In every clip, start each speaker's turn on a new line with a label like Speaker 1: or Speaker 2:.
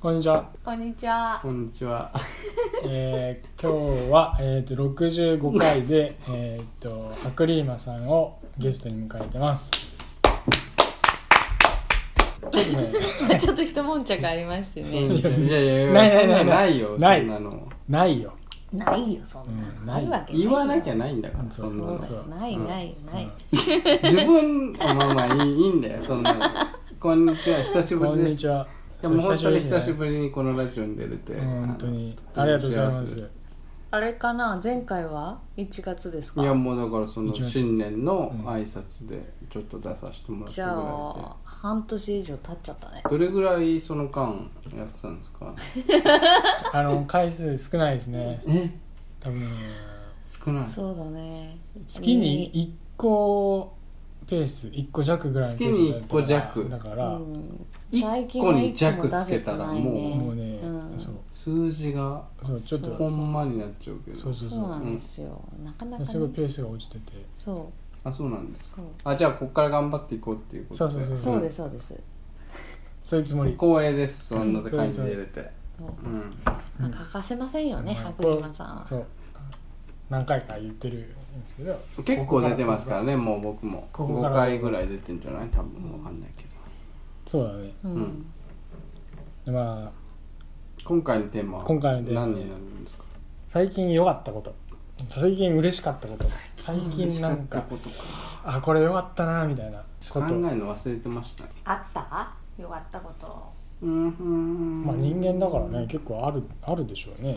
Speaker 1: こんにちは。
Speaker 2: こんにち は。
Speaker 1: こんにちは。えー今日は、えー、と65回で、えー、とハクリーマさんをゲストに迎えてます。ちょっとね、
Speaker 2: ちょっと一悶着ありましてね。
Speaker 1: いや
Speaker 3: いやいやいや
Speaker 1: ないない
Speaker 3: そん
Speaker 1: ない
Speaker 3: なないよ
Speaker 1: ない
Speaker 3: そんなの
Speaker 1: ないよ。
Speaker 2: ないよそんな
Speaker 1: うん
Speaker 2: の。
Speaker 1: ない
Speaker 2: あるわけない。
Speaker 3: 言わなきゃないんだから
Speaker 1: そ
Speaker 3: そう
Speaker 1: そうん
Speaker 3: な
Speaker 2: そうだ
Speaker 3: の
Speaker 2: よ。
Speaker 1: そう
Speaker 2: ないないない。
Speaker 3: 自分あまあまあいいいいんだよそんなのこんにちは久しぶ
Speaker 1: こ
Speaker 3: り
Speaker 1: ん
Speaker 3: です
Speaker 1: にちは。
Speaker 3: でも
Speaker 1: そう
Speaker 3: 本当に久し
Speaker 1: ですね
Speaker 3: ぶりにこのラジオに出れて
Speaker 1: うん本当に
Speaker 3: あの
Speaker 1: ありがとうございま。
Speaker 3: 幸せです
Speaker 2: あれかな前回は1月ですか。
Speaker 3: いやもうだからその
Speaker 1: 一応
Speaker 3: 新年の
Speaker 1: うん
Speaker 3: 挨拶でちょっと出させてもらって
Speaker 2: じ
Speaker 3: ぐ
Speaker 2: ゃ
Speaker 3: ら
Speaker 2: あ半年以上経っちゃったね
Speaker 3: いで。どれぐらいその間やってたんですか
Speaker 1: あの回数少ないですね。
Speaker 3: え
Speaker 1: 多分
Speaker 3: 少ない
Speaker 2: そうだね。
Speaker 1: 月に一個ペース一個弱ぐらいのペースだったから
Speaker 3: 月に一個弱
Speaker 1: だか
Speaker 2: う
Speaker 1: ら、
Speaker 2: ん
Speaker 3: 一
Speaker 2: 最近
Speaker 3: 個
Speaker 2: は
Speaker 3: に
Speaker 2: 一個も
Speaker 3: 弱
Speaker 2: 出
Speaker 3: つ
Speaker 2: せ
Speaker 3: け
Speaker 2: て
Speaker 3: たら
Speaker 2: ない
Speaker 3: も
Speaker 2: ね。
Speaker 1: もうね、
Speaker 2: うん
Speaker 1: そう
Speaker 3: 数字が
Speaker 1: そうちょっと
Speaker 3: ほんまになっちゃうけ
Speaker 1: そ
Speaker 3: ど
Speaker 1: うそう
Speaker 2: そう
Speaker 1: そ
Speaker 2: なんですよ。なかな
Speaker 1: う
Speaker 2: か
Speaker 1: すごい
Speaker 2: ね。
Speaker 1: ペースが落ちてて
Speaker 2: そ
Speaker 3: あそうなんです
Speaker 2: う
Speaker 3: か
Speaker 2: そう
Speaker 3: あじゃあこっから頑張っていこうっていうことで
Speaker 1: そうそうそ
Speaker 2: そうですそうです。
Speaker 1: そういうつもり
Speaker 3: 光栄ですそんな感じで入れて
Speaker 2: そう
Speaker 3: うん
Speaker 1: う
Speaker 2: まあ
Speaker 1: ん
Speaker 2: 欠かせませんよね
Speaker 1: うん
Speaker 2: 白山さんは。
Speaker 1: そう何回か言ってるんですけど
Speaker 3: 結構出てますから
Speaker 1: こ
Speaker 3: ねもう僕も
Speaker 1: ここから
Speaker 3: 5回ぐらい出てんじゃない多分わかんないけど
Speaker 1: こからそうだね
Speaker 2: う
Speaker 3: うんん。
Speaker 1: でまあ
Speaker 3: 今回のテーマは
Speaker 1: 今回のテーマは
Speaker 3: 何になるんですか
Speaker 1: 最近良かったこと最近嬉しかったこと最近なんか
Speaker 3: 嬉しかっ
Speaker 1: あこれ良かったなみたいな
Speaker 3: た
Speaker 1: こ
Speaker 3: こと
Speaker 1: と
Speaker 3: か考えるの忘れてましたね
Speaker 2: あった？よかったこと。
Speaker 3: うんうん
Speaker 1: まあ人間だからね結構あるあるでしょうね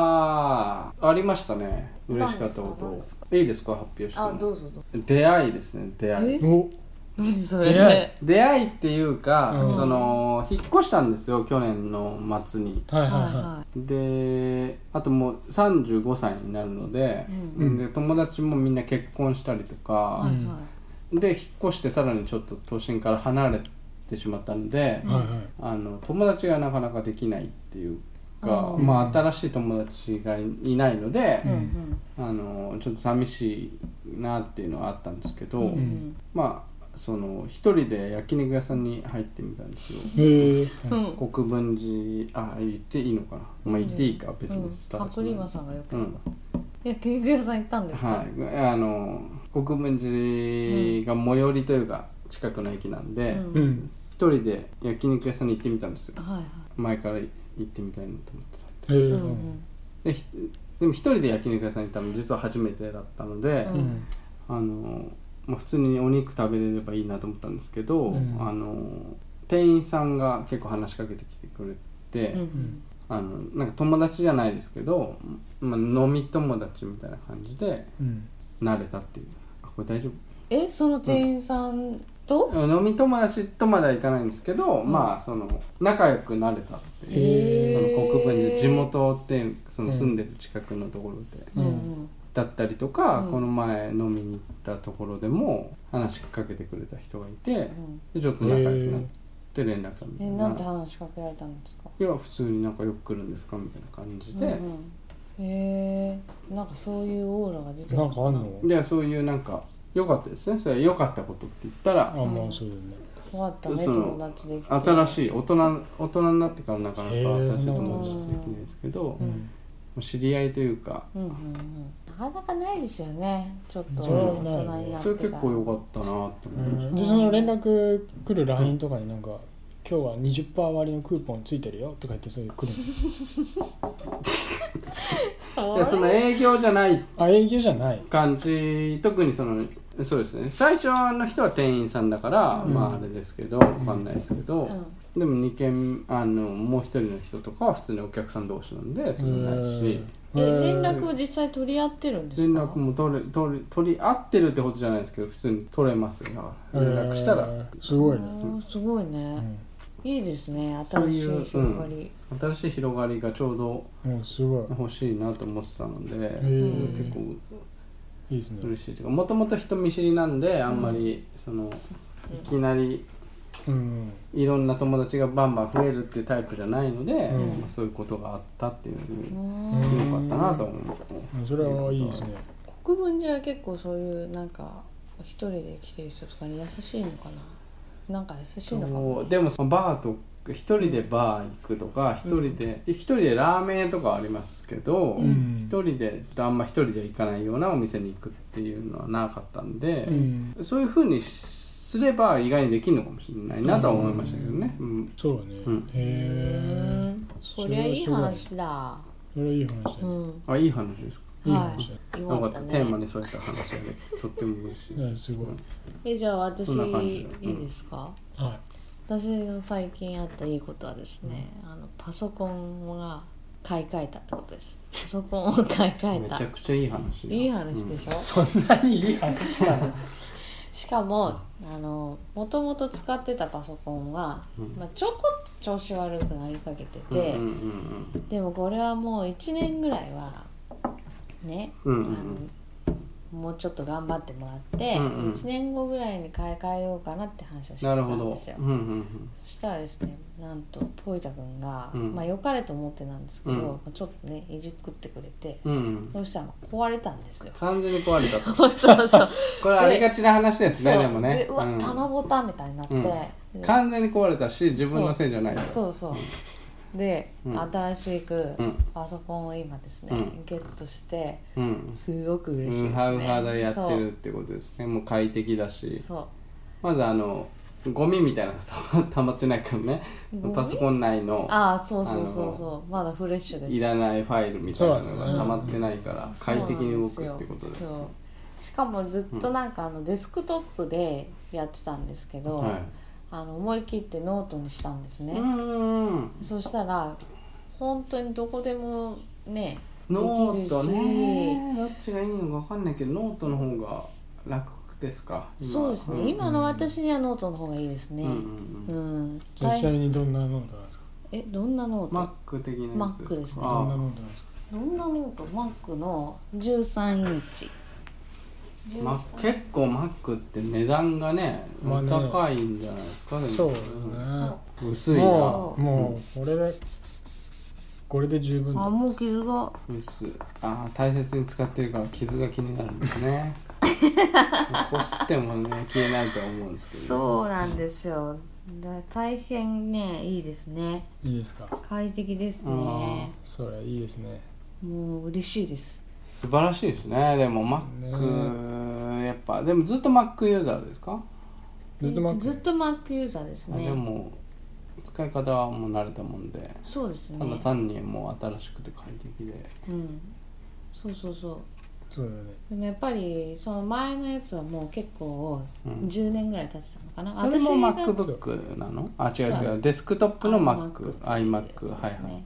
Speaker 3: ああありましたね嬉しかったこ
Speaker 2: 何
Speaker 3: と
Speaker 2: です
Speaker 3: いいですか発表して
Speaker 2: あ
Speaker 3: も
Speaker 2: どうぞどうぞ。
Speaker 3: 出会いですね出会い
Speaker 2: え
Speaker 1: お
Speaker 2: 何そ
Speaker 1: 出会い
Speaker 2: れ。
Speaker 3: 出会いっていうか、
Speaker 1: うん
Speaker 3: その引っ越したんですよ去年の末に
Speaker 1: はいはい
Speaker 2: はい
Speaker 1: は
Speaker 2: は
Speaker 3: であともう35歳になるので,、
Speaker 1: うん
Speaker 3: で友達もみんな結婚したりと
Speaker 2: い。
Speaker 3: か
Speaker 2: は
Speaker 1: う、
Speaker 2: い
Speaker 1: ん
Speaker 2: はい。
Speaker 3: で引っ越してさらにちょっと都心から離れてしまったので、
Speaker 1: いはいはい
Speaker 3: あの友達がなかなかできないっていうか、
Speaker 2: うん
Speaker 3: まあ、新しい友達がいないので
Speaker 1: う、ん
Speaker 3: あのちょっと寂しいなっていうのはあったんですけど、
Speaker 2: うんうん
Speaker 3: まあその一人で焼肉屋さんに入ってみたんですよ。
Speaker 1: へえ
Speaker 2: うん
Speaker 3: 国分寺あ言っていいのかなまあ言っていいか別
Speaker 2: う
Speaker 3: に
Speaker 2: ん
Speaker 3: ス
Speaker 2: あ
Speaker 3: タート
Speaker 2: クリーマさんがよく言
Speaker 3: う
Speaker 2: うん焼肉屋さん行ったんですか、
Speaker 3: はい、あの国分寺が最寄りというか近くの駅なんで、
Speaker 2: うん
Speaker 1: うん
Speaker 3: 一人で焼肉屋さんに行ってみたんですよ
Speaker 2: はいはい
Speaker 3: 前から行ってみたいなと思ってたん
Speaker 1: へえ
Speaker 2: う
Speaker 1: うんん
Speaker 3: ででひでも一人で焼肉屋さんに行ったの実は初めてだったので、
Speaker 2: うん
Speaker 3: あのまあ普通にお肉食べれればいいなと思ったんですけど、
Speaker 1: うん
Speaker 3: あの店員さんが結構話しかけてきてくれて、
Speaker 2: うん
Speaker 1: ん
Speaker 3: あのなんか友達じゃないですけど、まあ、飲み友達みたいな感じで
Speaker 1: うん
Speaker 3: 慣れたっていうあこれ大丈夫
Speaker 2: えその店員さんと、
Speaker 3: 飲み友達とまではいかないんですけど、
Speaker 2: うん
Speaker 3: まあその仲良くなれたっていう、
Speaker 1: へ
Speaker 3: その国分寺地元っていうその
Speaker 1: うん
Speaker 3: 住んでる近くのところで、
Speaker 2: うんうん
Speaker 3: だったりとか、
Speaker 2: うん
Speaker 3: この前飲みに行ったところでも話しかけてくれた人がいて
Speaker 2: うん
Speaker 3: でちょっと仲良くなって連絡したみたい
Speaker 2: え
Speaker 3: な
Speaker 2: なんて話しかけられたんですか
Speaker 3: いや普通になんかよく来るんですかみたいな感じ
Speaker 2: うん
Speaker 3: で、
Speaker 2: うんへえなんかそういうオーラが出て
Speaker 1: なんかあんの
Speaker 3: でそういうなんか良かったですねそれ良かったことって言った
Speaker 1: あ
Speaker 3: ら
Speaker 1: まあそうだよね
Speaker 2: 終わったね
Speaker 3: その
Speaker 2: 友達できて
Speaker 3: 新
Speaker 2: い、
Speaker 3: しい大人大人になってからなかなか
Speaker 1: へー
Speaker 3: 新しい友達ってできないですけど
Speaker 2: う、ん
Speaker 1: うん
Speaker 3: 知り合いというか、
Speaker 2: うんうんうん、なかなかないですよねちょっと
Speaker 1: そう
Speaker 2: 大人
Speaker 1: ないね
Speaker 2: になって
Speaker 3: それ結構良
Speaker 2: っ
Speaker 3: かったなって思いまし
Speaker 1: でその連絡来る LINE とかになんか「今日は20%割のクーポンついてるよ」とか言ってそれ来る の
Speaker 2: た
Speaker 3: た、
Speaker 2: そ
Speaker 3: でその営業じゃない
Speaker 1: あ営業じゃない
Speaker 3: 感じ特にそのそうですね最初の人は店員さんだから、
Speaker 1: うん
Speaker 3: まああれですけどわかんないですけ
Speaker 2: う
Speaker 3: ど、
Speaker 2: ん
Speaker 3: でも2件あのもう一人の人とかは普通にお客さん同士なんでそれもないし
Speaker 2: え連
Speaker 1: へー
Speaker 2: 絡を実際取り合ってるんですか
Speaker 3: 連絡も取れ取れ取り合ってるってことじゃないですけど普通に取れますよだから連絡した
Speaker 1: へ
Speaker 3: ら
Speaker 1: ーすごいね、
Speaker 2: あーすごいね、いいですね
Speaker 3: そう
Speaker 2: 新し
Speaker 3: い
Speaker 2: いう広がり
Speaker 3: 新しい広がりがちょうど
Speaker 1: うん、もうすごい
Speaker 3: 欲しいなと思ってたので、
Speaker 1: ー
Speaker 3: 結構
Speaker 1: いいですね
Speaker 3: 嬉しいというかもともと人見知りなんであんまりそのいきなり
Speaker 1: うん
Speaker 3: いろんな友達がバンバン増えるっていうタイプじゃないので、
Speaker 1: うん
Speaker 3: まあ、そういうことがあったっていう
Speaker 2: う
Speaker 3: の
Speaker 2: ん
Speaker 1: うん
Speaker 3: に良かったなと思う、
Speaker 1: うんそれはいいですね
Speaker 2: 国分寺は結構そういうなんか一人で来てる人とかに優しいのかななんか優しいのかな
Speaker 3: そうでもそのバーとく一人でバー行くとか一人でで一人でラーメン屋とかはありますけど
Speaker 1: ん
Speaker 3: 一人であんま一人じゃ行かないようなお店に行くっていうのはなかったんで
Speaker 1: うん
Speaker 3: そういうふうにすれば意外にできるのかもしれないなとは思いましたけどね。うん
Speaker 1: そうだね、
Speaker 3: うん
Speaker 1: へえ
Speaker 2: そりゃいい話だ。
Speaker 1: それはいい話
Speaker 2: う
Speaker 1: だね、
Speaker 2: ん。
Speaker 3: あいい話ですか。
Speaker 1: いい
Speaker 2: は
Speaker 1: 話だね
Speaker 2: い。よか
Speaker 3: よか
Speaker 2: っ
Speaker 3: ったた、
Speaker 2: ね。
Speaker 3: テーマにそういった話ができてとっても嬉しいです。
Speaker 1: うんすごい
Speaker 2: えじゃあ私
Speaker 3: そんな感じ
Speaker 2: い
Speaker 3: でうん
Speaker 2: いですか？
Speaker 1: は
Speaker 2: 私の最近あったいいことはですね、あのパソコンが買い替えたってことです。パソコンを買い替え
Speaker 3: めちゃ
Speaker 2: た。
Speaker 3: くちゃいい話だ。
Speaker 2: いい話でしょ
Speaker 1: い、そんなにいい話なの
Speaker 2: しかもあの元々使ってたパソコンが、
Speaker 3: うん
Speaker 2: まあ、ちょこっと調子悪くなりかけて
Speaker 3: うんうん
Speaker 2: て、でもこれはもう1年ぐらいはね、
Speaker 3: うんうん
Speaker 2: あのもうちょっと頑張ってもらって、
Speaker 3: うんうん
Speaker 2: 1年後ぐらいに買い替えようかなって話をして
Speaker 3: な
Speaker 2: た
Speaker 3: るほど。
Speaker 2: んですよ
Speaker 3: うんうん
Speaker 2: そしたらですねなんとポイタ君が、
Speaker 3: うん
Speaker 2: まあ良かれと思ってなんですけど、
Speaker 3: うん
Speaker 2: まあちょっとねいじくってくれて、
Speaker 3: うん。うんう
Speaker 2: そ
Speaker 3: ん。
Speaker 2: したら壊れたん ですよ
Speaker 3: 完全に壊れた。
Speaker 2: そうそうそう
Speaker 3: これありがちな話ですね
Speaker 2: そう
Speaker 3: でもね
Speaker 2: うわ、
Speaker 3: うん
Speaker 2: 棚ぼたみたいになって、
Speaker 3: うん
Speaker 2: で
Speaker 3: 完全に壊れたし自分のせいじゃない
Speaker 2: そうそうで、
Speaker 3: うん
Speaker 2: 新しく
Speaker 3: うん
Speaker 2: パソコンを今ですね、
Speaker 3: うん
Speaker 2: ゲットして
Speaker 3: うん
Speaker 2: すごく嬉しいですね
Speaker 3: ウンハウハでやってるってことですねもう快適だし
Speaker 2: そう
Speaker 3: まずあのゴミみたいなのがたま 溜まってないからね
Speaker 2: ゴミ
Speaker 3: パソコン内の
Speaker 2: ああそうそうそうそうまだフレッシュです
Speaker 3: いらないファイルみたいなのが溜まってないから
Speaker 2: そう
Speaker 3: 快
Speaker 2: なん
Speaker 3: 適
Speaker 2: です
Speaker 3: に
Speaker 2: よ
Speaker 3: 動くってことです
Speaker 2: そうしかもずっとなんかあのデスクトップでやってたんですけど、
Speaker 3: は
Speaker 2: あの思い切ってノートにしたんです
Speaker 3: い
Speaker 2: ね、
Speaker 3: うん
Speaker 2: そしたら本当にどこでもね
Speaker 3: ノート
Speaker 2: でき
Speaker 3: ねどっちがいいのかわかんないけどノートの方が楽ですか今
Speaker 2: そうですね、
Speaker 3: ん
Speaker 2: 今の私にはノートの方がいいです
Speaker 3: う
Speaker 2: ね
Speaker 3: んうんう
Speaker 2: うんん、
Speaker 1: じゃあ
Speaker 2: 大
Speaker 1: ちなみにどんなノートなんですか
Speaker 2: えどんなノート、
Speaker 3: Mac 的なやつ
Speaker 2: Mac で
Speaker 3: ですす
Speaker 2: ね
Speaker 3: か
Speaker 1: どん
Speaker 3: あ
Speaker 1: なノートなんですか
Speaker 2: どんなノート Mac の13インチ
Speaker 3: ま
Speaker 2: 13
Speaker 3: 結構マックって値段がね,、
Speaker 1: まあね
Speaker 3: 高いんじゃないですかでも
Speaker 1: そう
Speaker 3: うん薄
Speaker 1: だ
Speaker 3: い
Speaker 1: ね
Speaker 3: な
Speaker 1: もう
Speaker 2: う
Speaker 1: もうこれでこれで十分
Speaker 2: あ
Speaker 1: だ
Speaker 2: もう傷が
Speaker 3: 薄いああ大切に使ってるから傷が気になるんで すねこすってもね消えないとは思うんですけど
Speaker 2: そうなんですよだ大変ねいいですね
Speaker 1: いいですか
Speaker 2: 快適ですね
Speaker 1: それいいですね
Speaker 2: もう嬉しいです
Speaker 3: 素晴らしいですねでもマック、やっぱでもずっとマックユーザーですか、
Speaker 1: ずっと待
Speaker 2: ずっと Mac ユーザーです
Speaker 3: あで
Speaker 2: ね
Speaker 3: も使い方はもう慣れたもんで
Speaker 2: そうです
Speaker 3: ただ
Speaker 2: ね
Speaker 3: 単にもう新しくて快適で
Speaker 2: うんそうそうそう
Speaker 1: そうだね
Speaker 2: でもやっぱりその前のやつはもう結構
Speaker 3: うん
Speaker 2: 10年ぐらい経ってたのかな、
Speaker 3: それも
Speaker 2: 私が
Speaker 3: MacBook なのあ違う違うデスクトップの Mac iMac
Speaker 2: っていうやつで
Speaker 3: はい
Speaker 2: す
Speaker 3: はい
Speaker 2: ね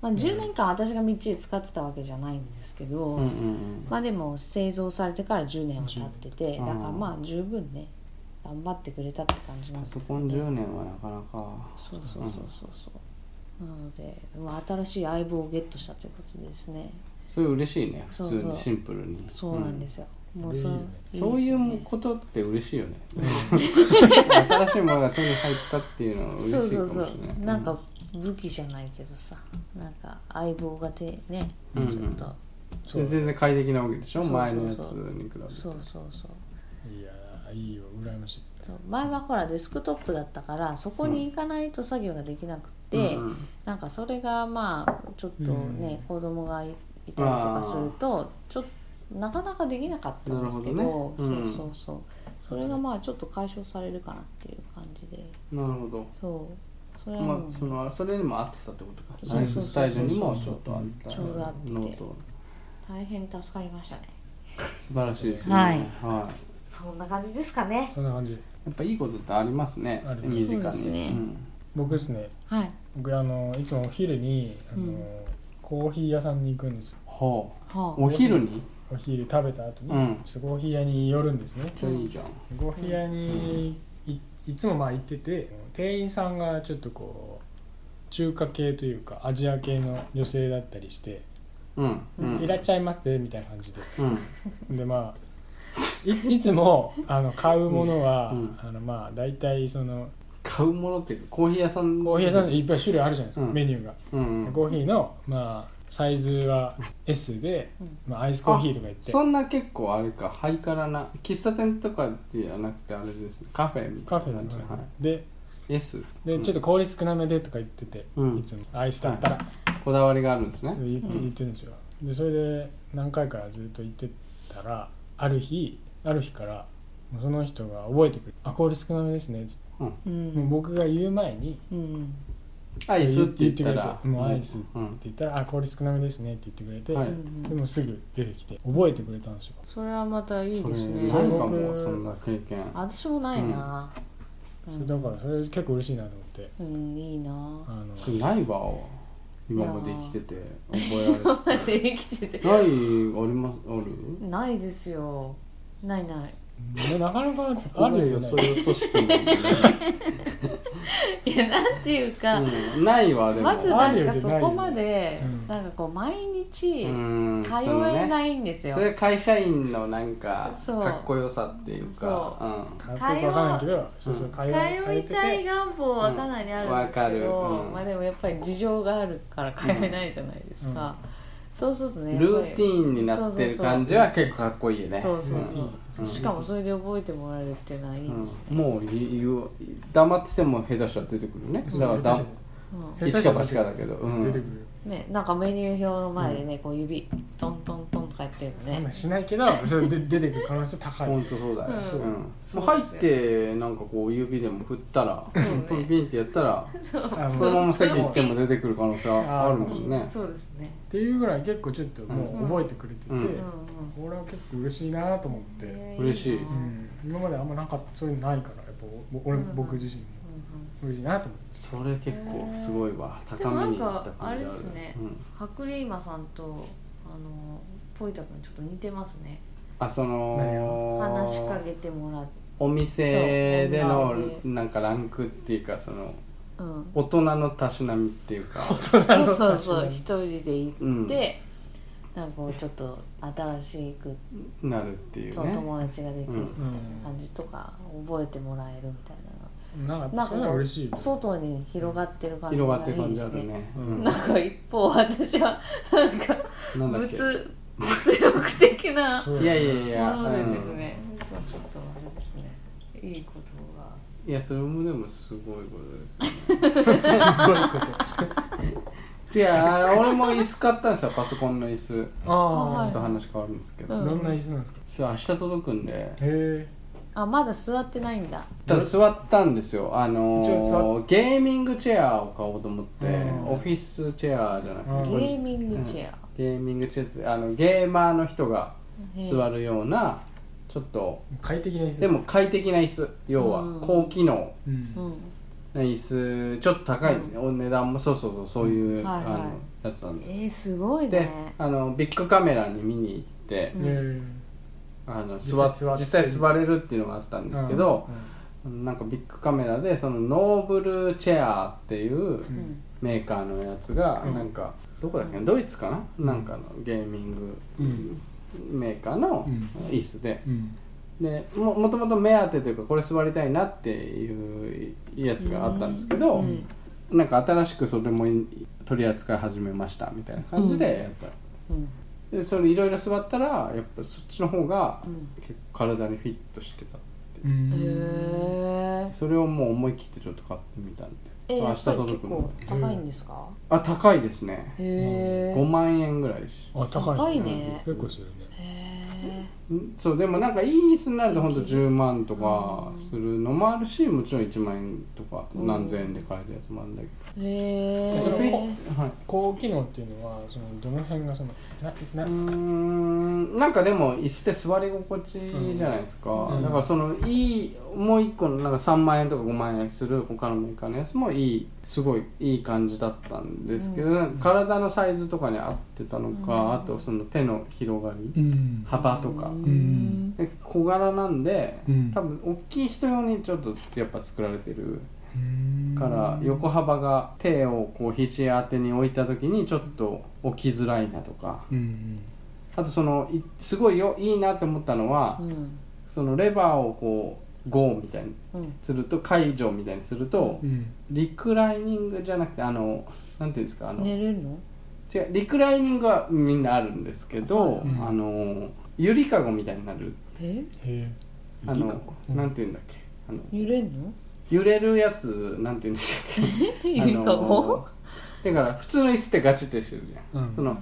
Speaker 2: まあ、10年間私がみっちり使ってたわけじゃないんですけど、
Speaker 3: うんうん
Speaker 2: まあでも製造されてから10年は経っててだ
Speaker 3: うん
Speaker 2: からまあ十分ね頑張ってくれたって感じ
Speaker 3: う
Speaker 2: なん
Speaker 3: ん
Speaker 2: です
Speaker 3: パソ
Speaker 2: けど
Speaker 3: コン10年はなかなか
Speaker 2: そうそうそうそうそうなので、まあ、新しい相棒をゲットしたということですね
Speaker 3: それ嬉しいね普
Speaker 2: そう
Speaker 3: 通
Speaker 2: そう
Speaker 3: にシンプルに
Speaker 2: そうなんですよ、もうそ
Speaker 1: いい
Speaker 2: の
Speaker 1: よね
Speaker 2: です
Speaker 3: そ
Speaker 2: よ
Speaker 3: うい
Speaker 2: ね
Speaker 3: うことって嬉しい よね新しいものが手に入ったっていうのは嬉しいか
Speaker 2: そ
Speaker 3: も
Speaker 2: う
Speaker 3: しれ
Speaker 2: そう
Speaker 3: ない
Speaker 2: そう
Speaker 3: う
Speaker 2: なんか武器じゃないけどさなんか相棒がてねち
Speaker 3: う
Speaker 2: ょ
Speaker 3: ん
Speaker 2: っ
Speaker 3: うん
Speaker 2: と、
Speaker 1: そう
Speaker 3: 全
Speaker 1: だね
Speaker 3: 然快適なわけでしょ
Speaker 2: そうそうそう
Speaker 3: 前のやつに比べて
Speaker 2: そうそうそう
Speaker 1: いやーいいよ羨ましい
Speaker 2: そう前はほらデスクトップだったからそこに行かないと作業ができなくて、
Speaker 3: うんうん
Speaker 2: なんかそれがまあちょっとね、子供がいいたりとかするとちょっとなかなかできなかったんですけど
Speaker 3: なるほどねうん
Speaker 2: そうそうそうそれがまあちょっと解消されるかなっていう感じで
Speaker 3: なるほど
Speaker 2: そうそれはもう、
Speaker 3: まあそのそれにも合ってたってこと
Speaker 2: そうそうそう
Speaker 3: か
Speaker 2: そう
Speaker 3: ライフスタイルにもちょっと合った
Speaker 2: ちょうど合ってて
Speaker 3: ノート
Speaker 2: 大変助かりましたね
Speaker 3: 素晴らしいですね
Speaker 2: はい
Speaker 3: はい
Speaker 2: そんな感じですかね
Speaker 1: そんな感じ
Speaker 3: やっぱいいことってありますね
Speaker 1: あります
Speaker 3: 身近に
Speaker 2: そうですね
Speaker 3: ん
Speaker 1: 僕ですね
Speaker 2: はい
Speaker 1: 僕あのいつもお昼にあの、
Speaker 2: うん
Speaker 1: コーヒー屋さんに行くんですよ
Speaker 3: はあ
Speaker 2: はあ
Speaker 3: お昼に
Speaker 1: お昼食べた後に、
Speaker 3: うん
Speaker 1: ちょっとコーヒー屋に寄るんですね
Speaker 3: じゃあいいじゃん
Speaker 1: コーヒー屋にいいつもまあ行ってて店員さんがちょっとこう中華系というかアジア系の女性だったりして
Speaker 3: うんう
Speaker 1: 「
Speaker 3: ん
Speaker 1: いらっしゃいませ」みたいな感じで
Speaker 3: うん
Speaker 1: でまあいついつもあの買うものは、
Speaker 3: うんうん
Speaker 1: あのまあ大体その
Speaker 3: 買うものっていうかコーヒー屋さん
Speaker 1: コーヒー屋さんでいっぱい種類あるじゃないですか、
Speaker 3: うん
Speaker 1: メニューが、
Speaker 3: うんうん
Speaker 1: コーヒーのまあサイズは S で、
Speaker 2: うん
Speaker 1: まあ、アイスコーヒーとか言って
Speaker 3: そんな結構あれかハイカラな喫茶店とかではなくてあれですねカフェみたいな
Speaker 1: カフェな
Speaker 3: 感
Speaker 1: ん
Speaker 3: じ
Speaker 1: で、
Speaker 3: はい
Speaker 1: で
Speaker 3: イエス
Speaker 1: でちょっと氷少なめでとか言ってて、
Speaker 3: うん
Speaker 1: いつもアイスだったら、
Speaker 3: こだわりがあるんですね
Speaker 1: で言って言ってるんですよでそれで何回かずっと言ってたらある日ある日からもうその人が覚えてくれて「あ氷少なめですね」つって
Speaker 2: う
Speaker 1: もうん僕が言う前に
Speaker 2: うん
Speaker 3: アイスって言ったら
Speaker 1: 言ってくれてもうアイス
Speaker 3: う
Speaker 1: って
Speaker 3: ん
Speaker 1: 言ったら「あ氷少なめですね」って言ってくれて、
Speaker 3: は
Speaker 2: う
Speaker 3: い
Speaker 1: で
Speaker 2: ん
Speaker 1: もすぐ出てきて覚えてくれたんですよ
Speaker 2: それはまたいい
Speaker 3: それ
Speaker 2: ですね
Speaker 3: ないかも
Speaker 1: 僕
Speaker 3: そんな経験
Speaker 2: 私もないなう
Speaker 1: それ
Speaker 2: ん
Speaker 1: だからそれ結構嬉しいなと思って
Speaker 2: うんいい
Speaker 1: あ
Speaker 2: な
Speaker 1: の
Speaker 3: それないわ今まで生きてて覚えられてて
Speaker 2: 生きてて
Speaker 3: ないありますある
Speaker 2: ないですよないない
Speaker 1: ねなかなかあ
Speaker 3: あ
Speaker 1: る
Speaker 3: る
Speaker 1: よ
Speaker 3: よ
Speaker 1: ね
Speaker 3: そういう組織なん でね
Speaker 2: いやなんていうか、
Speaker 3: うんないわでも
Speaker 2: まず
Speaker 1: あ
Speaker 2: なん
Speaker 1: るよ
Speaker 2: か
Speaker 1: り
Speaker 2: そ
Speaker 1: ないよ
Speaker 2: こまで
Speaker 1: うん
Speaker 2: なんかこう毎日
Speaker 3: うん
Speaker 2: 通
Speaker 3: そのね
Speaker 2: えないんですよ、
Speaker 3: それ会社員のなんか
Speaker 2: そう
Speaker 3: かっこよさっていうか
Speaker 1: かっこよくわかんないけどそうそう会話
Speaker 2: 通いたい願望はかなりあるんですけど、
Speaker 3: うんわかるうん
Speaker 2: まあでもやっぱり事情があるから通えないじゃないですか、そうすると
Speaker 3: う
Speaker 2: ね
Speaker 3: ん
Speaker 2: やっぱ
Speaker 3: ル
Speaker 2: り
Speaker 3: ーティーンになってる感じは結構かっこいいよね
Speaker 2: そうそう
Speaker 1: うん
Speaker 2: そう、
Speaker 3: うん
Speaker 2: しかもそれで覚えてもらえるっていうのはいいですね、
Speaker 3: うんもういいう黙ってても下手したら出てくるねだからだ
Speaker 2: うん
Speaker 1: 下手
Speaker 3: 一
Speaker 1: した
Speaker 3: から八かだけどうん
Speaker 1: 出てくる
Speaker 2: ね、なんかメニュー表の前でね、こう指トントントンとかやってる
Speaker 1: そ
Speaker 2: の
Speaker 1: んな
Speaker 2: ね
Speaker 1: んしないけ どそれで出てくる可能性高い
Speaker 3: 本当そうだよ、
Speaker 2: う
Speaker 3: うんんもう入ってなんかこう指でも振ったら、
Speaker 2: ね
Speaker 3: ピンピンってやったら
Speaker 1: あ
Speaker 3: そのまま席行って
Speaker 1: もう
Speaker 3: も出てくる可能性はあるもんね
Speaker 2: そうですね
Speaker 1: っていうぐらい結構ちょっともう覚えてくれてて、
Speaker 3: うん
Speaker 2: うん
Speaker 1: 俺は結構嬉しいなと思っ
Speaker 2: う
Speaker 1: て、
Speaker 2: ん
Speaker 3: 嬉し
Speaker 2: い
Speaker 3: い
Speaker 2: な
Speaker 1: うん、今まであんまなんかそういうのないからやっぱぼ俺、
Speaker 2: うん
Speaker 1: 僕自身も嬉しいなと思って
Speaker 3: それ結構すごいわ高めになった感じ
Speaker 2: でもなんかあれですね
Speaker 3: うん、
Speaker 2: 白リーマさんとあのポイタ君ちょっと似てますね
Speaker 3: あその
Speaker 2: 話しかけてもらって
Speaker 3: お
Speaker 2: そうお
Speaker 3: 店での
Speaker 2: 店で
Speaker 3: なんかランクっていうかその
Speaker 2: うん、
Speaker 3: 大人のたしなみっていうか、
Speaker 2: そうそうそう 一人で行
Speaker 3: うん、
Speaker 2: って、なんかこうちょっと新しく、
Speaker 3: なるっていう
Speaker 2: その
Speaker 3: ね
Speaker 2: 友達ができるみたいな感じとか覚えてもらえるみたい
Speaker 1: なんか
Speaker 2: な
Speaker 1: やっ
Speaker 2: なん
Speaker 1: ぱそ
Speaker 2: か
Speaker 1: ういうのは嬉しい
Speaker 2: こう外に広がってる感じ
Speaker 3: 広が
Speaker 2: が
Speaker 3: っ
Speaker 2: い
Speaker 3: て
Speaker 2: い
Speaker 3: る感じ
Speaker 2: で
Speaker 3: あ
Speaker 2: す
Speaker 3: る
Speaker 2: ね
Speaker 3: ね
Speaker 1: うん
Speaker 2: なんか一方私はなんか
Speaker 3: うん、なんだっけ
Speaker 2: 物物欲的な
Speaker 1: そう
Speaker 3: いや いやいや、
Speaker 2: もので
Speaker 3: うん
Speaker 2: ですね、そうちょっとあれですねいいことが
Speaker 3: いやそれもでもすごいことですよね
Speaker 1: すごいこと
Speaker 3: 違うあの俺も椅子買ったんですよパソコンの椅子ち
Speaker 1: ああ、
Speaker 3: ょっと話変わるんですけど、
Speaker 2: うん
Speaker 1: どんな椅子なんですか
Speaker 3: そう明日届くんで
Speaker 1: へ
Speaker 2: あまだ座ってないんだ
Speaker 3: ただ座ったんですよあの
Speaker 1: 一応
Speaker 3: ー、ゲーミングチェアを買おうと思って
Speaker 1: うん
Speaker 3: オフィスチェアじゃなく
Speaker 1: う
Speaker 3: て
Speaker 2: ゲ
Speaker 1: ん
Speaker 3: これ
Speaker 2: ーミングチェア、
Speaker 3: ゲーミングチェアってあのゲーマーの人が座
Speaker 2: る
Speaker 3: るようなちょっと
Speaker 1: え快適な椅子
Speaker 3: でも快適な椅子要は
Speaker 2: うん
Speaker 3: 高機能
Speaker 1: うん、
Speaker 2: うん
Speaker 3: な椅子ちょっと高い、お値段もそうそうそうそういう、
Speaker 2: はいはい
Speaker 3: あのやつなんで
Speaker 2: え
Speaker 3: すよ
Speaker 2: ー、すごい
Speaker 3: で
Speaker 2: ね
Speaker 3: あのビッグカメラに見に行って、
Speaker 2: うん
Speaker 1: へえ
Speaker 3: あの
Speaker 1: 実際
Speaker 3: 座
Speaker 1: 座って
Speaker 3: 実際座れるっていうのがあったんですけど、なんかビッグカメラでそのノーブルチェアっていう
Speaker 1: う
Speaker 2: うんん
Speaker 3: メーカーのやつが
Speaker 1: うん
Speaker 3: なんかどこだっけなドイツかな、なんかのゲーミング
Speaker 1: うん
Speaker 3: メーカーの
Speaker 1: うん
Speaker 3: 椅子で、
Speaker 1: うん
Speaker 3: でももともと目当てというかこれ座りたいなっていうやつがあったんですけど、
Speaker 2: うん
Speaker 3: なんか新しくそれも取り扱い始めましたみたいな感じでやった、
Speaker 2: うん
Speaker 3: でそれいろいろ座ったらやっぱそっちの方が
Speaker 2: うん
Speaker 3: 結構体にフィットしてた
Speaker 1: うん
Speaker 2: へえ
Speaker 3: それをもう思い切ってちょっと買ってみたんです
Speaker 2: えー、
Speaker 3: 明
Speaker 2: や
Speaker 3: 日
Speaker 2: っぱり
Speaker 3: 届
Speaker 2: 結
Speaker 3: くの
Speaker 2: 構高いんですか、
Speaker 3: あ高いですね
Speaker 2: へ
Speaker 3: 5
Speaker 2: え
Speaker 3: 万円ぐらいし
Speaker 1: あ高い
Speaker 2: 高い
Speaker 3: ね
Speaker 1: 結構するね
Speaker 2: へ
Speaker 3: んそうでもなんかいい椅子になるとほんと10万とかするのもあるしもちろん1万円とか何千円で買えるやつもあるんだけど、
Speaker 2: えへ
Speaker 1: それフィッ
Speaker 2: え
Speaker 3: はい、
Speaker 1: 高機能っていうのはそのどの辺がそのな
Speaker 3: う
Speaker 1: な、
Speaker 3: ーんなんかでも椅子って座り心地いいじゃないですか、
Speaker 1: うん
Speaker 3: だからそのいいもう一個のなんか3万円とか5万円する他のメーカーのやつもいいすごいいい感じだったんですけど、なんか体のサイズとかに合ってたのか、
Speaker 2: うん
Speaker 3: あとその手の広がり
Speaker 1: ん
Speaker 3: 幅とか、
Speaker 1: ん
Speaker 3: で小柄なんで、
Speaker 1: うん
Speaker 3: 多分大きい人用にちょっとやっぱ作られてるから横幅が手をこう肘当てに置いた時にちょっと起きづらいなとか。
Speaker 1: うん
Speaker 3: あとそのいすごいよいいなって思ったのは、
Speaker 2: うん
Speaker 3: そのレバーをこうゴーみたいに
Speaker 2: うん
Speaker 3: すると解除みたいにすると、
Speaker 1: うん
Speaker 3: リクライニングじゃなくてあのなんていうんですかあの、
Speaker 2: 寝れるの
Speaker 3: 違うリクライニングはみんなあるんですけど、
Speaker 1: うん
Speaker 3: あのゆりかごみたいになる
Speaker 2: え
Speaker 1: へえ
Speaker 3: あ
Speaker 1: いいか
Speaker 3: の
Speaker 1: うん
Speaker 3: なんていうんだっけあの
Speaker 2: 揺れんの
Speaker 3: 揺れるやつなんて言うんでしたっ け
Speaker 2: ゆりかご
Speaker 3: あのーだから普通の椅子ってガチってしてるじゃん、
Speaker 1: うん
Speaker 3: その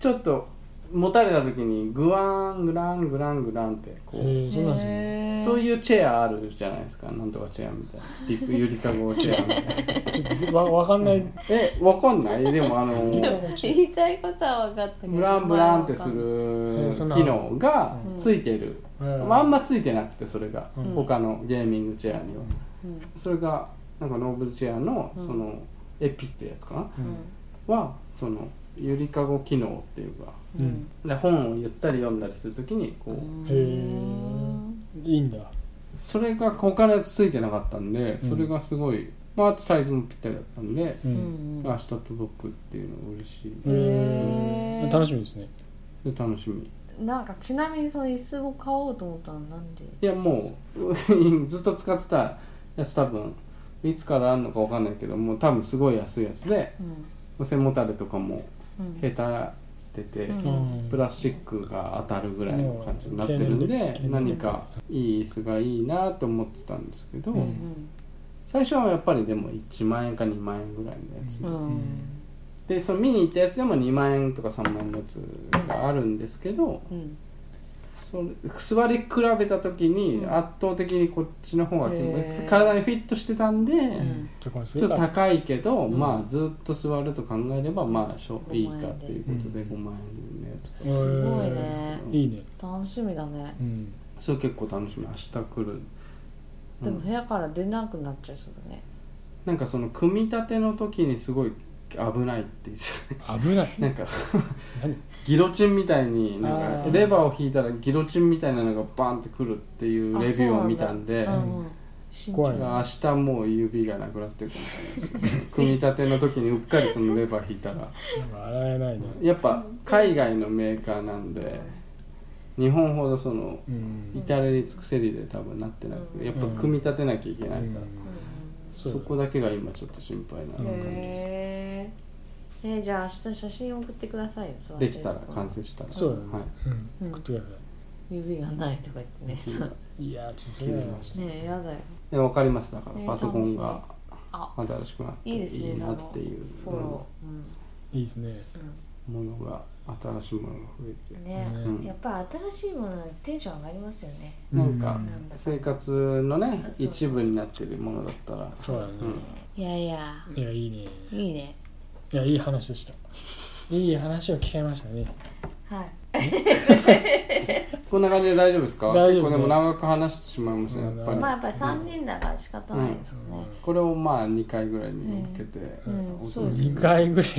Speaker 3: ちょっと持たれた時にグワングラングラングランってこう、
Speaker 1: えーそうなんですね
Speaker 3: そう
Speaker 2: う
Speaker 3: いうチェアあるじゃないですかなんとかチェアみたいな リフゆりかごチェアみたいな
Speaker 1: ちょっとわわかんない
Speaker 3: えわかんないでもあのー
Speaker 2: 言いたいことは分かったけど
Speaker 3: ブランブランってす
Speaker 1: え
Speaker 3: る
Speaker 1: ーそんな
Speaker 3: 機能が
Speaker 2: うん
Speaker 3: ついてる、まあ、あんまついてなくてそれが、
Speaker 1: うん
Speaker 3: 他のゲーミングチェアには、
Speaker 2: うん
Speaker 3: それがなんかノーブルチェアの
Speaker 2: うん
Speaker 3: そのエピってやつかな、
Speaker 1: う
Speaker 2: うんん
Speaker 3: はそのゆりかご機能っていうか
Speaker 1: うん
Speaker 3: で本をゆったり読んだりするときにこう、
Speaker 2: うん
Speaker 1: へーいいんだ
Speaker 3: それが他のやつついてなかったんで
Speaker 1: うん
Speaker 3: それがすごい、まあ、あとサイズもぴったりだったんで、
Speaker 1: う
Speaker 2: うんん
Speaker 3: 明日届くっていうのが嬉しい、
Speaker 1: へ
Speaker 2: へ
Speaker 1: ー
Speaker 2: ー
Speaker 1: 楽しみですね
Speaker 3: それ楽しみ
Speaker 2: なんかちなみにその椅子を買おうと思ったのはなんで
Speaker 3: いやもう ずっと使ってたやつ多分いつからあるのかわかんないけどもう多分すごい安いやつで
Speaker 2: うん
Speaker 3: 背もたれとかも
Speaker 2: うん
Speaker 3: へたってて、
Speaker 2: うん
Speaker 1: うん
Speaker 3: プラスチックが当たるぐらいの感じになってるんで
Speaker 1: うん
Speaker 3: 何かいい椅子がいいなと思ってたんですけど、
Speaker 2: うん
Speaker 3: 最初はやっぱりでも1万円か2万円ぐらいのやつ、
Speaker 2: うんうん
Speaker 3: でその見に行ったやつでも2万円とか3万円のやつがあるんですけど
Speaker 2: うん
Speaker 3: それ座り比べた時に
Speaker 2: うん
Speaker 3: 圧倒的にこっちの方が、
Speaker 2: へー
Speaker 3: 体にフィットしてたんで、
Speaker 2: ん
Speaker 1: ちょっとこれす
Speaker 3: ちょ
Speaker 1: る
Speaker 3: っと
Speaker 1: か
Speaker 3: 高いけど、
Speaker 1: うん
Speaker 3: まあずっと座ると考えればまあしょ
Speaker 2: 5
Speaker 3: いいかっていうことで
Speaker 1: うん
Speaker 3: 5万円のやつ
Speaker 1: すごい
Speaker 2: ね
Speaker 1: いいね
Speaker 2: 楽しみだね
Speaker 1: うん
Speaker 3: それ結構楽しみ明日来る、う
Speaker 2: でも
Speaker 3: ん
Speaker 2: 部屋から出なくなっちゃいそうだね
Speaker 3: なんかその組み立ての時にすごい危ないっていう
Speaker 1: 危ない
Speaker 3: なんか
Speaker 1: 何
Speaker 3: ギロチンみたいになん
Speaker 1: あ
Speaker 3: か
Speaker 1: ー
Speaker 3: レバーを引いたらギロチンみたいなのがバンってくるっていうレビューを見たんで
Speaker 2: あそうなんだうんうん慎重
Speaker 1: 怖い
Speaker 3: 明日もう指がなくなってるかもしれないし組み立ての時にうっかりそのレバー引いたら
Speaker 1: なんか洗えないね
Speaker 3: やっぱ海外のメーカーなんで日本ほどその
Speaker 1: うん
Speaker 3: 至れり尽くせりで多分なってなくてやっぱ組み立てなきゃいけないから、そこだけが今ちょっと心配な
Speaker 2: うん
Speaker 3: 感じです
Speaker 2: へーえじゃあ明日写真送ってくださいよ座ってる
Speaker 3: でき
Speaker 2: とこ
Speaker 3: たら完成したら
Speaker 1: そうだね
Speaker 3: はい
Speaker 1: うん
Speaker 2: うん
Speaker 1: 食ってくださ
Speaker 2: 指がないとか言ってねそう
Speaker 1: いいやーちょっとそれ
Speaker 3: 切れ
Speaker 1: は
Speaker 3: ました
Speaker 2: ねえやだよ
Speaker 3: で分かりましただか
Speaker 2: え
Speaker 3: ら
Speaker 2: ー
Speaker 3: パソコンが
Speaker 2: あ
Speaker 3: 新しくなって
Speaker 2: いい
Speaker 3: い
Speaker 2: ですね
Speaker 3: い
Speaker 2: そ
Speaker 3: な
Speaker 2: の
Speaker 3: っていう
Speaker 2: フォローうん
Speaker 1: いいですね
Speaker 3: ものが新しいものが増えて
Speaker 2: うんね
Speaker 1: ね
Speaker 3: うん
Speaker 2: やっぱ新しいものはテンション上がりますよね
Speaker 3: なんか
Speaker 1: うん
Speaker 2: なんだか
Speaker 3: 生活のね
Speaker 2: あそう
Speaker 3: 一部になってるものだったら
Speaker 1: そうだね
Speaker 2: いやいや
Speaker 1: いやいいね
Speaker 2: いいね
Speaker 1: いやいい話でしたいい話を聞けましたね
Speaker 2: はい
Speaker 3: こんな感じで大丈夫ですか
Speaker 1: 大丈夫です
Speaker 3: 結構でも長く話してしまいましたねやっぱり、
Speaker 2: まあやっぱり3人だから仕方ないですよね
Speaker 3: これをまあ2回ぐらいに向けて、
Speaker 2: うん
Speaker 3: お届け
Speaker 2: そうですね
Speaker 1: 2回ぐらい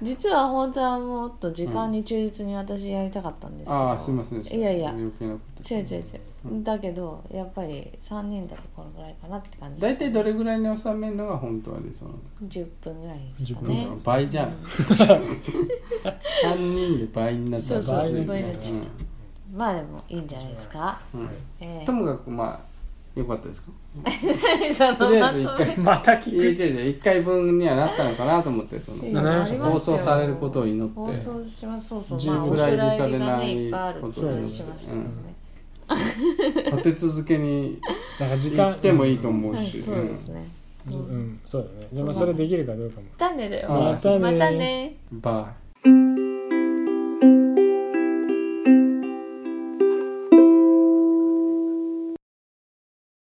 Speaker 2: 実は本当はもっと時間に忠実に私やりたかったんですけど
Speaker 3: ああすいませんでした
Speaker 2: いやいや
Speaker 3: 余計なこと
Speaker 2: 違う違う
Speaker 3: う
Speaker 2: 違うだけどやっぱり3人だとこのぐらいかなって感じです
Speaker 3: 大体どれぐらいに収めるのが本当は理想なの
Speaker 2: 10分ぐらいですか
Speaker 1: 10
Speaker 2: ね
Speaker 1: 分
Speaker 3: 倍じゃん 3人で倍になっちゃう
Speaker 2: そうそう
Speaker 3: うん
Speaker 1: 倍になっちゃっ
Speaker 2: まあでもいいんじゃないですか
Speaker 3: うんうん
Speaker 2: ええ
Speaker 3: ともかくまあよかったですか
Speaker 2: そ
Speaker 3: と
Speaker 2: の
Speaker 3: りあ
Speaker 2: ま
Speaker 3: えず
Speaker 2: と
Speaker 3: 一回
Speaker 2: め
Speaker 1: また
Speaker 3: いや
Speaker 1: 聞
Speaker 3: いやいや一回分にはなったのかなと思ってそ
Speaker 2: い
Speaker 3: の
Speaker 2: や
Speaker 1: なりましたよ
Speaker 3: 放送されることを祈って
Speaker 2: 放送しますそうそう
Speaker 1: 十
Speaker 2: まあお
Speaker 1: 分
Speaker 2: 蔵入り
Speaker 3: 裏入
Speaker 2: が
Speaker 3: りされない
Speaker 2: ねいっぱいあるって
Speaker 3: こと
Speaker 1: を
Speaker 2: 話
Speaker 1: 祈って
Speaker 2: しましたけどね
Speaker 3: 立て続けに
Speaker 1: くなんか時
Speaker 3: 行
Speaker 1: 間
Speaker 3: ってもいいと思う
Speaker 2: はい
Speaker 3: し、
Speaker 2: そうですね
Speaker 1: うんうんそうだねでもそれできるかどうかも
Speaker 2: またねだよ
Speaker 3: あ
Speaker 1: またね
Speaker 2: またね
Speaker 3: バイ